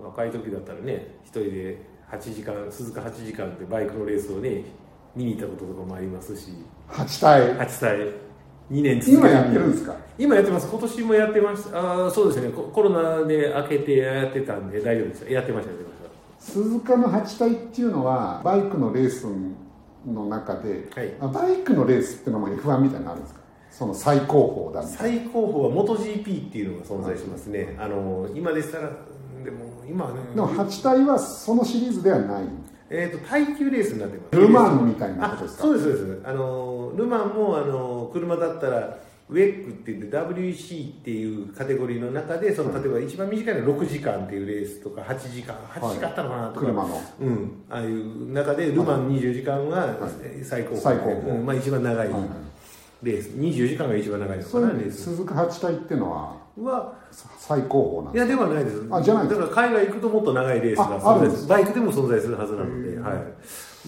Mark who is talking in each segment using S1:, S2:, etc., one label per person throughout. S1: 若い時だったらね一人で8時間鈴鹿8時間ってバイクのレースをね見に行ったこととかもありますし
S2: 8体
S1: 8歳2年続
S2: 今
S1: け
S2: やってるんですか
S1: 今やってます今年もやってましたあーそうですねココロナで開けてやってたんで大丈夫ですやってましたやってまし
S2: 鈴鹿の8体っていうのはバイクのレースの中で、
S1: はい
S2: あバイクのレースっていうのも F1 みたいなのあるんですかその最高峰だ
S1: た
S2: みたい
S1: 最高峰は MotoGP っていうのが存在しますねあの今でしたらでも今はね
S2: なでも8体はそのシリーズではない
S1: えー、と耐久レースになってます
S2: ルマンみたいな
S1: あ
S2: ことですか
S1: そうですそうですあのルマンもあの車だったらウェックって言って WEC っていうカテゴリーの中でその例えば一番短いのは6時間っていうレースとか8時間8時間あったのかなとか、
S2: 車の
S1: うん、ああいう中でル・マン20時間は最高峰、
S2: 最高峰
S1: うんまあ、一番長い
S2: はいはい
S1: レース、20時間が一番長いのか
S2: そうい
S1: な
S2: う意
S1: レ
S2: 味で
S1: ース
S2: 鈴鹿八体っていうのは
S1: は
S2: さ最高峰なん
S1: い
S2: で
S1: やではないです
S2: あじゃない
S1: だから海外行くともっと長いレースが
S2: ああ
S1: 存
S2: る
S1: 在
S2: んです
S1: るバイクでも存在するはずなので、はい、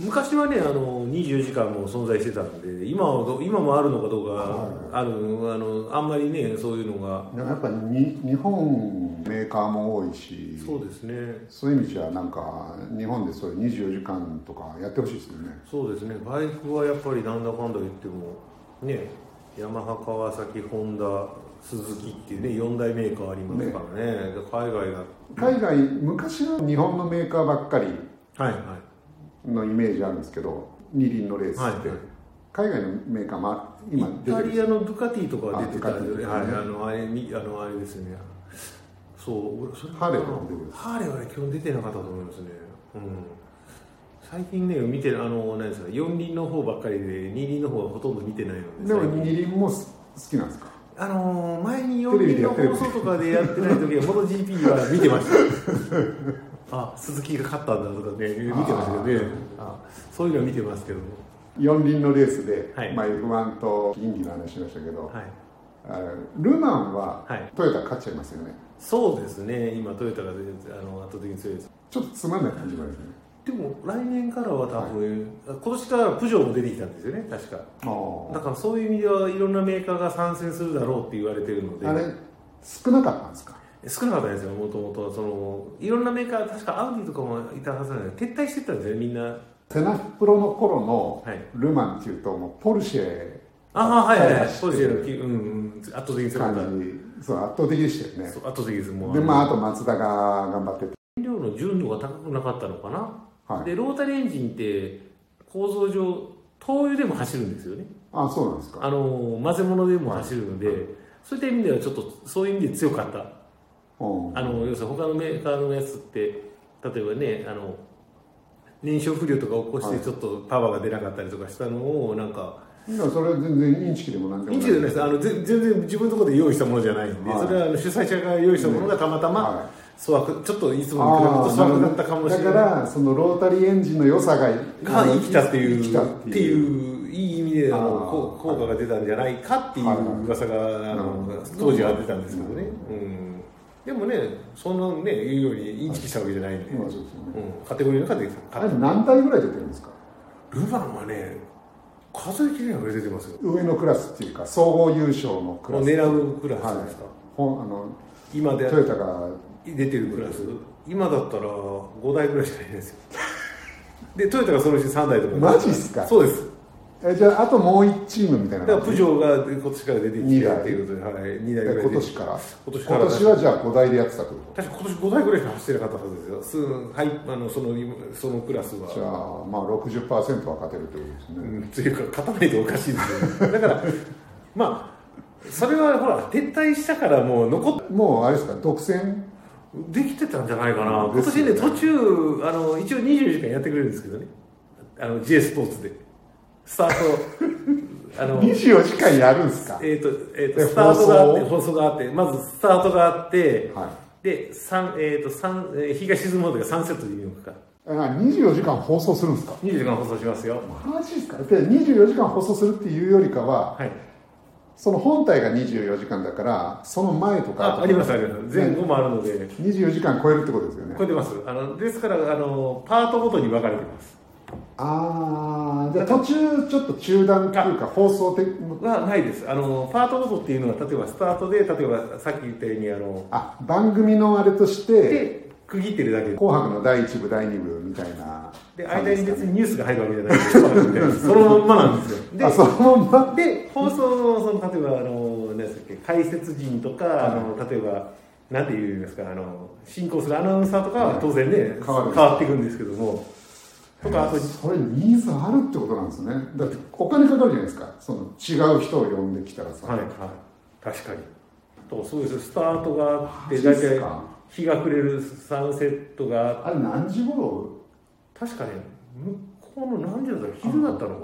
S1: 昔はねあの24時間も存在してたんで今はど今もあるのかどうかあるあのあんまりねそういうのが
S2: すでもやっぱりに日本メーカーも多いし
S1: そうですね
S2: そういう意味じゃなんか日本でそういう24時間とかやってほしいですよね
S1: そうですねバイクはやっぱりなんだかんだ言ってもねヤマハ川崎ホンダ鈴木っていうね4大メーカーありますからねで海外が
S2: 海外昔は日本のメーカーばっかり
S1: はいはい
S2: のイメージあるんですけど二輪のレースって、
S1: はい海
S2: 海外のメーカーも今
S1: イ
S2: 出て
S1: タ
S2: るんです
S1: リアのドゥカティとかは出てた
S2: あド
S1: ん
S2: ゥカ
S1: で
S2: ティ
S1: はいあのあれみあのあれですねそう俺それ
S2: ハーレーも出てる
S1: ハーレーはね基本出てなかったと思いますねうん最近ね見てるあの何ですか4輪の方ばっかりで2輪の方はほとんど見てないので
S2: でも
S1: 最近
S2: 二輪も好きなんですか
S1: あのー前に
S2: テレビ
S1: 4
S2: で
S1: 人
S2: や
S1: の
S2: ってる
S1: 放送とかでやってない時は MotoGP は見てました あ鈴木が勝ったんだとかね見てましたけどねあそういうのは見てますけど
S2: 四輪のレースで、
S1: はい
S2: まあ、F1 と銀技の話しましたけど、
S1: はい
S2: あルマンは
S1: はい
S2: トヨタ勝っちゃいますよね
S1: そうですね今トヨタが全然あの圧倒的に強いです
S2: ちょっとつまんない感じもあるよね
S1: でも来年からは多分、今年からプジョーも出てきたんですよね確かだからそういう意味ではいろんなメーカーが参戦するだろうって言われてるので
S2: あれ少なかったんですか
S1: 少なかったですよもともとそのいろんなメーカー確かアウディとかもいたはずなんで撤退してったんですよねみんな
S2: セナプロの頃の
S1: はい
S2: ルマンっていうともうポルシェ
S1: ああはいはいはい
S2: 走
S1: ポ
S2: っ
S1: ジ
S2: て
S1: テ
S2: る
S1: ィブのきうんうん圧倒的に強かった
S2: 感じそう圧倒的でしたよね
S1: そう圧倒的ですもう
S2: でまああ
S1: の
S2: と松田が頑張ってて
S1: 燃料の純度が高くなかったのかな、
S2: はい
S1: でロータリーエンジンって構造上灯油でも走るんですよね
S2: あそうなんですか
S1: あの混ぜ物でも走るので、そういった意味ではちょっとそういう意味で強かった
S2: うん
S1: あの要するに他のメーカーのやつって例えばねあの燃焼不良とか起こしてちょっとパワーが出なかったりとかしたのをなんか
S2: いやそれは全然インチキでもなんでも
S1: インチじゃないですあのぜ全然自分のところで用意したものじゃないんで、
S2: はい
S1: それはあの主催者が用意したものがたまたま、
S2: は
S1: 粗悪ちょっといつ
S2: い
S1: もに比べると粗悪だ
S2: あ
S1: っ
S2: ー
S1: たかもしれない
S2: だからそのロータリーエンジンの良さが
S1: が生きたっていう
S2: 生きた
S1: っていういい意味であの
S2: あー
S1: こう効果が出たんじゃないかってい
S2: はいは
S1: う噂が、あの当時は出たんですけどね、うん、でもねそんなね言うようにインチキしたわけじゃないんで、
S2: 今そうですよね
S1: うんカテゴリーの中で
S2: あれ何台ぐらい出てるんですか
S1: ルヴァンはね数えきれないぐらい出てますよ
S2: 上のクラスっていうか総合優勝のク
S1: も
S2: ラ
S1: う
S2: ス
S1: 狙うクラスですか、
S2: ほんあの
S1: 今で
S2: トヨタが
S1: 出てるクラス今だったら5台ぐらいしかいないですよ でトヨタがそのうち3台とか
S2: マジっすか
S1: そうです
S2: えじゃああともう1チームみたい
S1: だ
S2: な
S1: から
S2: 感じ
S1: プジョーが今年から出てきてっていうことで、はい、2台ぐらい
S2: 今
S1: 出て
S2: 年から
S1: 今年から
S2: 今年はじゃあ5台でやってたってこ
S1: 確か今年5台ぐらいしか走ってなかったはずですよすはいあのその今そのクラスは
S2: とじゃあまあ60%は勝てるってことですね、
S1: うんというか勝たないとおかしいですよねだからまあそれはほら撤退したからもう残っ
S2: もうあれですか独占
S1: できてたんじゃないかな、
S2: うん
S1: 今
S2: です
S1: 年
S2: よ
S1: ね
S2: ね
S1: 途中あの一応24時間やってくれるんですけどねあの J スポーツでスタート あの
S2: 24時間やるんですか
S1: えっ、と,、えー、と
S2: え
S1: スタートがあって
S2: 放
S1: 放送があってまずスタートがあって、
S2: は
S1: で三えっ、と三えー日が沈むまでが3セットで見ようか
S2: い、あ24時間放送するんですか
S1: 24時間放送しますよ
S2: マジですかで24時間放送するっていうよりかは
S1: はい
S2: その本体が24時間だからその前とか
S1: あありますあります前後もあるので、
S2: 24時間超えるってことですよね
S1: 超えてますあのですからあのパートごとに分かれてます
S2: ああじゃあ途中ちょっと中断っていうか放送的
S1: はないですあのパートごとっていうのは例えばスタートで例えばさっき言ったようにあの
S2: あ番組のあれとして
S1: で区切ってるだけで
S2: 紅白の第1部第2部みたいな
S1: で
S2: 感じ
S1: 間
S2: す
S1: に
S2: か
S1: 別にニュースが入るわけじゃないんでそのまんまなんですよ で
S2: あそのまんま
S1: で放送のその例えばあの何でしたっけ解説陣とか、あの例えばなんて言うんですかあの進行するアナウンサーとかは当然ね、
S2: い
S1: 変
S2: 変わ
S1: わ
S2: る
S1: っていくんですけどもとかあと
S2: それニーズあるってことなんですねだってお金かかるじゃないですかその違う人を呼んできたらさ、
S1: はいはい確かにとそうですスタートがあって
S2: マジっ
S1: 大
S2: す
S1: 体
S2: か
S1: 日が暮れるサンセットがあって
S2: あれ何時頃
S1: 確かね向こうの何時だったか昼だったのかな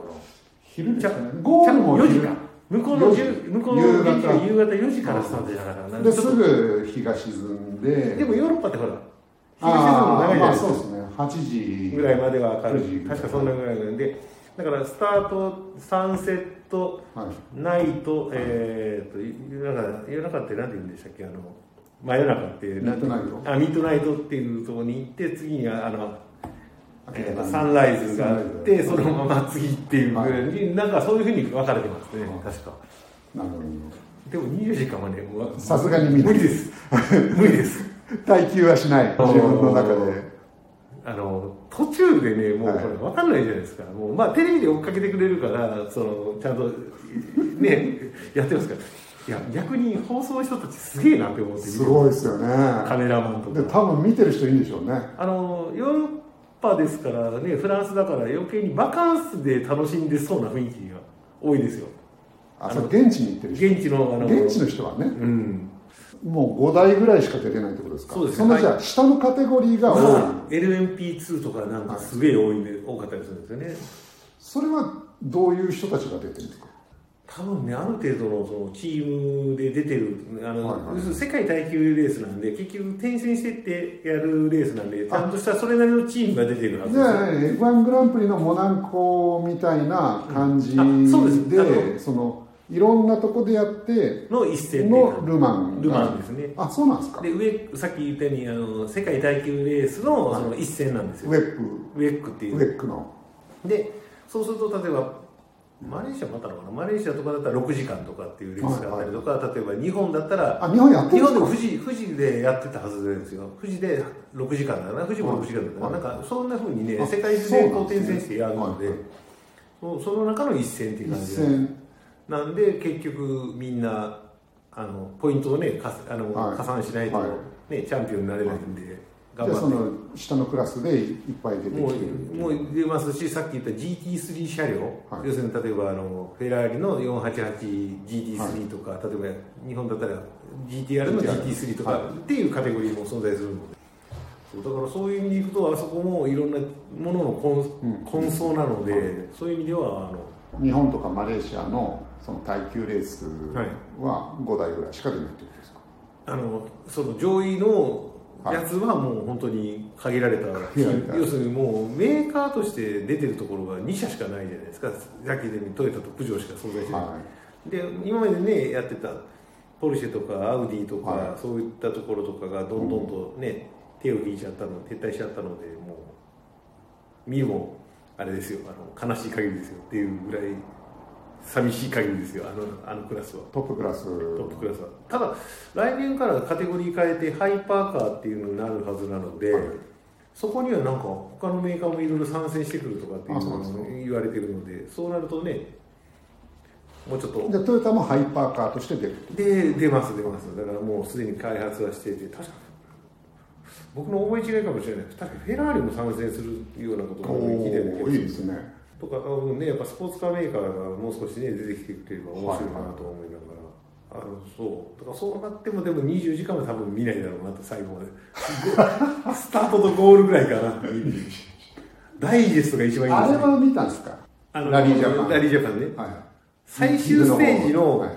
S2: 昼ですかね
S1: じ
S2: ゴールも
S1: ゃあ4時
S2: 昼
S1: か向こうの
S2: 4
S1: 10
S2: 時
S1: 向こうの
S2: 夕
S1: 夕
S2: 方
S1: 方夕方4時からスタートじゃなかったかな
S2: です
S1: ちょっ
S2: ぐ日が沈んで
S1: とでもヨーロッパってほら日が沈むの長いじゃないですか
S2: ああまあそうですね8時
S1: ぐらいまでは明る
S2: 9
S1: い
S2: 時
S1: 確かそんなぐらいなんでだからスタートサンセット
S2: はい
S1: ナイトえー、と夜中夜中って何て言うんでしたっけあの真夜中って
S2: ミッドナイト
S1: あミッドナイトっていうところに行って次にあの
S2: 明け
S1: え
S2: 方
S1: ー
S2: に
S1: サンライズがあっ
S2: サ
S1: て
S2: ン
S1: そ
S2: ライズ
S1: のまま次っていうぐらいに、なんかそういうふうに分かれてますね、
S2: はい
S1: 確か
S2: なるほど
S1: でも24時間はねもう
S2: さすがに見な
S1: 無
S2: い
S1: 理です無理です
S2: 耐久はしない自分の中で
S1: あの途中でねもう
S2: はい
S1: これ分かんないじゃないですか、もうまあテレビで追っかけてくれるからそのちゃんとねやってますからいや逆に放送の人たちすげえなって思って見て
S2: すごいですよね
S1: カメラマンと
S2: で
S1: か
S2: 多分見てる人いいんでしょうね
S1: あのヨーロッパですからねフランスだから余計にバカンスで楽しんでそうな雰囲気が多いですよ
S2: あ
S1: あ
S2: そ
S1: の
S2: う現地に行ってる人
S1: 現地のあの
S2: 現地の人はね
S1: うん
S2: もう5台ぐらいしか出れないってことですか
S1: そうですね
S2: その
S1: はい
S2: じゃあ下のカテゴリーが多い、
S1: まあ LMP2 とかなんかすげえ多いんで多かったりするんですよね
S2: それはどういう人たちが出てるんですか
S1: 多分ねある程度のそのチームで出てるあの、
S2: はいはい
S1: 要するに世界耐久レースなんで結局転戦してってやるレースなんでちゃんとしたそれなりのチームが出てるはず
S2: じ
S1: ですよ
S2: ゃあ F1 グランプリのモナンコみたいな感じで,、
S1: うんあそうですあ
S2: そのいろんなとこでやって
S1: の一戦っていう
S2: の
S1: か
S2: ルマンが
S1: ルマンですね
S2: あそうなんですか
S1: で上さっき言ったようにあの世界耐久レースのその一戦なんですよ、
S2: ウェップ
S1: ウェックってい
S2: ウ
S1: う
S2: ェックの
S1: でそうすると例えばマレーシアもあったのかなマレーシアとかだったら6時間とかっていうレースがあったりとか、例えば日本だったら
S2: あ日本やっ
S1: 日
S2: てるんで
S1: 本
S2: す
S1: で
S2: か
S1: も富士富士でやってたはずですよ富士で6時間だな富士も6時間だな,、
S2: はい
S1: なんかそんなふうに
S2: あ
S1: ね世界中
S2: そう
S1: で
S2: な
S1: こ
S2: ん
S1: う
S2: ですね
S1: 転戦してやるので
S2: はいは
S1: もうその中の一戦っていう感
S2: 一
S1: じで
S2: 戦
S1: なんで結局みんなあのポイントをねかすあの、
S2: はい
S1: 加算しないと、
S2: はい
S1: ね、チャンピオンになれないんで、
S2: じゃ
S1: 頑
S2: あ
S1: 張
S2: そ
S1: って
S2: の下のクラスでいっぱい出てきて
S1: も
S2: る
S1: うもう出ますしさっき言った GT3 車両、
S2: はい
S1: 要するに例えばあのフェラーリの 488GT3 とか、例えば日本だったら GTR の GT3 と
S2: は
S1: かっていうカテゴリーも存在するので、そうだからそういう意味でいくとあそこもいろんなものの
S2: うん
S1: 根,、根層なので、そういう意味ではあの
S2: 日本とかマレーシアのその耐久レースは5台ぐらいしか出ないってことですか、
S1: あのその上位のやつはもう本当に限られた、
S2: 限られた
S1: 要するにもうメーカーとして出てるところが2社しかないじゃないですかさっき言ったようにトヨタとプジョーしか存在してない、
S2: は
S1: で今までねやってたポルシェとかアウディとか、
S2: は、
S1: そういったところとかがどんどんとね、手を引いちゃったの撤退しちゃったのでもう見もあれですよあの悲しい限りですよっていうぐらい寂しい限りですよあのあのクラスはい
S2: トップクラス
S1: トップクラスはただ来年からカテゴリー変えてハイパーカーっていうのになるはずなので、
S2: はい
S1: そこにはなんか他のメーカーもいろいろ参戦してくるとかっていう
S2: あそうなんです
S1: の
S2: か
S1: が言われてるのでそうなるとねもうちょっと
S2: じゃあトヨタもハイパーカーとして出る
S1: で出ます出ますだからもうすでに開発はしてて確か僕の思い違いかもしれない確かフェラーリも参戦するようなことも聞いてるんだけ
S2: お
S1: ど
S2: ーいいですね
S1: とか多分ねやっぱスポーツカーメーカーがもう少しね出てきてくれれば面白いかなと思いながら、あのそうだからそうなってもでも24時間は多分見ないだろうなと最後まで ゴスタートとゴールぐらいかなダイジェストが一番いいん
S2: あ
S1: です
S2: れ
S1: ね
S2: は見たんですか
S1: あの
S2: ラリージャパン
S1: ラリージャパンね
S2: は
S1: 最終ステージの、
S2: はい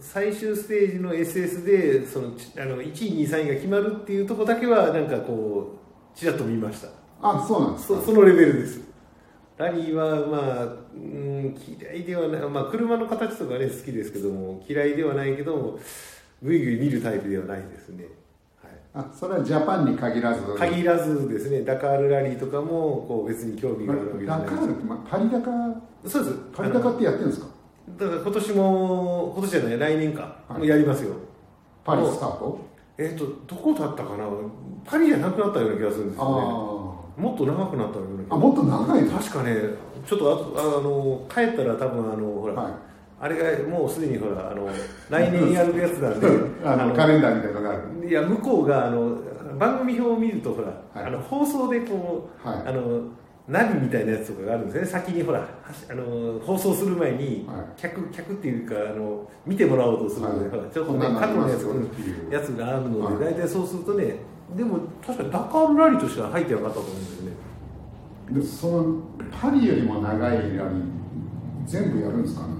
S1: 最終ステージの SS でそのちあの1位2位3位が決まるっていうとこだけはなんかこうちらっと見ました
S2: あそうなんですか
S1: そそのレベルですラリーはまあ、うん、嫌いではない、まあ、車の形とかね好きですけども嫌いではないけどもぐいぐい見るタイプではないですね、は
S2: あそれはジャパンに限らず
S1: い、限らずですねダカールラリーとかもこう別に興味があるわけじゃ
S2: ダ
S1: な
S2: カ
S1: い
S2: ールって、まあ、パリダカ
S1: そうです
S2: パリダカってやってるんですか
S1: あのだから今年も今年じゃない来年か、
S2: はい
S1: もうやりますよ
S2: パリスタート
S1: えっ、とどこだったかなパリじゃなくなったような気がするんです
S2: あ
S1: よね
S2: ー
S1: もっと長くなったような気が
S2: あもっと長いの
S1: 確かねちょっとああの帰ったら多分あのほら、
S2: はい
S1: あれがもうすでにほらあの来年やるやつなんで
S2: あのカレンダーみたいなのがある
S1: いや向こうがあの番組表を見るとほら、
S2: はい
S1: あの放送でこう、
S2: はい
S1: あのナビみたいなやつとかがあるんですよね先にほらはしあの放送する前に、
S2: はい
S1: 客客っていうかあの見てもらおうとするので、
S2: はい
S1: ほらちょっと
S2: こん
S1: ね
S2: なのあ
S1: 過去
S2: り
S1: の
S2: ま
S1: や
S2: す
S1: つ,
S2: よ
S1: う
S2: っ
S1: ん、
S2: ていう
S1: やつがあるので、
S2: はい
S1: 大体そうするとねでも確かダカールラリーとしては入ってなかったと思うんですよね
S2: でそのパリよりも長いラリー全部やるんですかね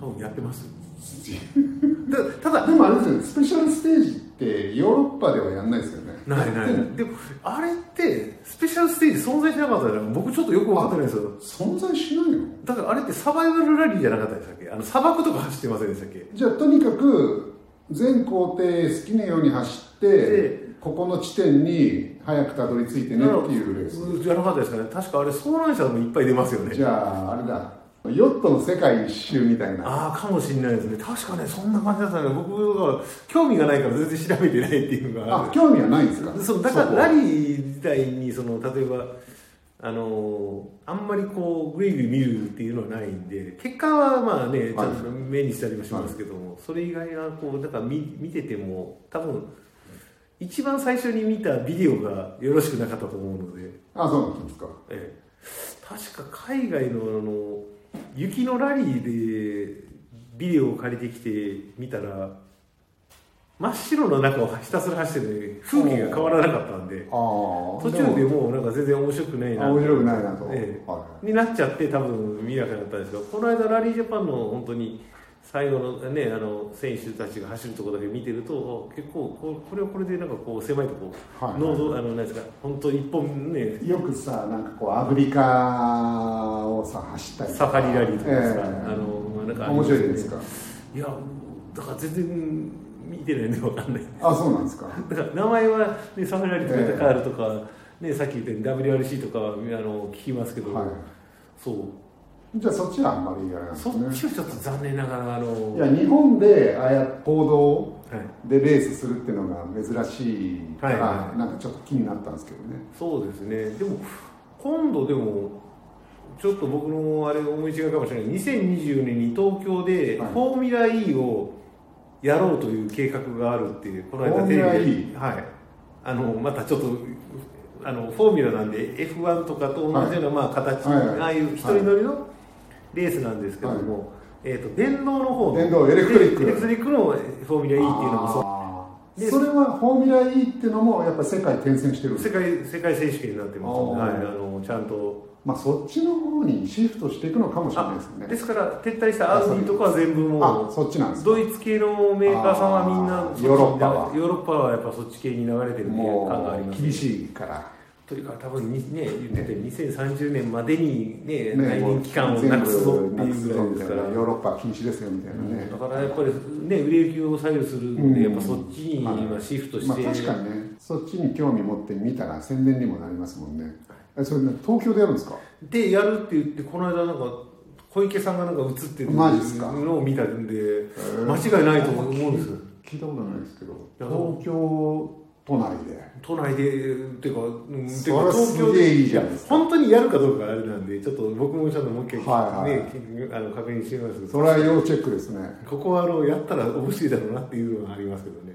S1: 多分やって ますたただ
S2: でもあれですよねスペシャルステージってヨーロッパではやんないですよね
S1: ないない
S2: やってんの
S1: でもあれってスペシャルステージ存在しなかったじゃん僕ちょっとよく分かってないんですよ
S2: 存在しないの
S1: だからあれってサバイバルラリーじゃなかったでしたっけあの砂漠とか走ってませんでしたっけ
S2: じゃあとにかく全行程好きなように走って
S1: で
S2: ここの地点に早くたどり着いてねっていうレース
S1: じゃなかったですかね確かあれ遭難者もいっぱい出ますよね
S2: じゃああれだヨットの世界一周みたいな
S1: ああかもしれないですね確かねそんな感じだったね僕が興味がないから全然調べてないっていうのが
S2: あ興味はないんですか
S1: そうだか
S2: そ
S1: ら
S2: こ
S1: ラリー自体にその例えばあのーあんまりこうグイグイ見るっていうのはないんで結果はまあねちゃんと目にしたりもしますけども、それ以外はこうだから見見てても多分一番最初に見たビデオがよろしくなかったと思うので、
S2: あそうなんですか
S1: ええ、確か海外のあの雪のラリーでビデオを借りてきて見たら真っ白の中をひたすら走ってて風景が変わらなかったんで。
S2: ああ
S1: 途中でもうなんか全然面白くないな
S2: 面白くないなと、
S1: ええ
S2: はい
S1: になっちゃって多分見なくなったんですけどこの間ラリージャパンの本当に最後のねあの選手たちが走るところだけ見てるとあ結構ここれはこれでなんかこう狭いとこ
S2: はい
S1: 能動、あのなんですか本当一本ね
S2: よくさなんかこうアフリカをさ走ったりと
S1: サファリラリーとかですか、
S2: ええ
S1: あのまあなんかあり
S2: 面
S1: ますよ
S2: 白い
S1: ね
S2: ですか
S1: いやだから全然見てないんでわかんない
S2: あそうなんですか
S1: だから名前は、ね、サファリラリーとかタカールとか、ね、さっき言ったように WRC とかはあの聞きますけど、
S2: は
S1: そう
S2: いじゃあそっちはあんまりやらないです
S1: そっ
S2: ね
S1: ちはちょっと残念ながらあの
S2: いや日本でああやって行動
S1: はい、
S2: でレースするっていうのが珍しいか
S1: は
S2: ら、
S1: いはいはい
S2: なんかちょっと気になったんですけどね
S1: そうですねでも今度でもちょっと僕のあれ思い違いかもしれない2024年に東京でフ
S2: はい
S1: ォーミュラ E をやろうという計画があるっていうこの間
S2: フォー
S1: テ
S2: ミュラ
S1: レビで、はい、あのまたちょっとあのフォーミュラなんで F1 とかと同じようなまあ形、
S2: はいはい
S1: ああいう一人乗りのレースなんですけども、えー、と電動の方の
S2: 電動エレクトリック
S1: エレクトリックのフォーミュラ E っていうのもそう
S2: そう
S1: で
S2: それはフォーミュラ E っていうのもやっぱ世界転戦してるんです
S1: 世
S2: か
S1: 界世界選手権になってますので、
S2: あ
S1: はい、
S2: ー
S1: あのちゃんと
S2: まあそっちの方にシフトしていくのかもしれないですよね
S1: ですから撤退したアウディとかは全部
S2: あ
S1: もう
S2: そっちなんですか
S1: ドイツ系のメーカーさんはみんな
S2: あーヨーロッパは
S1: ヨーロッパはやっぱそっち系に流れてるっていう感があり
S2: も
S1: ま
S2: う
S1: す
S2: 厳しいから
S1: というか多分にね言ってて2030年までにね
S2: ね
S1: 来年期間をなくすぞっていうぐらいですから
S2: 全部なくすぞみたいなヨーロッパは禁止ですよみたいなね、
S1: だからやっぱりね売れ行きを左右するんでやっぱそっちに今シフトして、
S2: まあ、確かにねそっちに興味持って見たら宣伝にもなりますもんねえそれ、ね、東京でやるんですか
S1: でやるって言ってこの間なんか小池さんがなんか映ってる
S2: マジっすか
S1: のを見たんで間違いないと思うんですよ
S2: 聞いたことないですけど
S1: や
S2: 東京都内で
S1: 都内でっていうか,、うん、て
S2: そ
S1: か
S2: れすげえいいじゃないですか
S1: 本当にやるかどうかあれなんでちょっと僕もちょっともう一回、
S2: はいはい
S1: ねきあの確認してみますけど
S2: それは要チェックですね
S1: ここはあのやったら面白いだろうなっていうのはありますけどね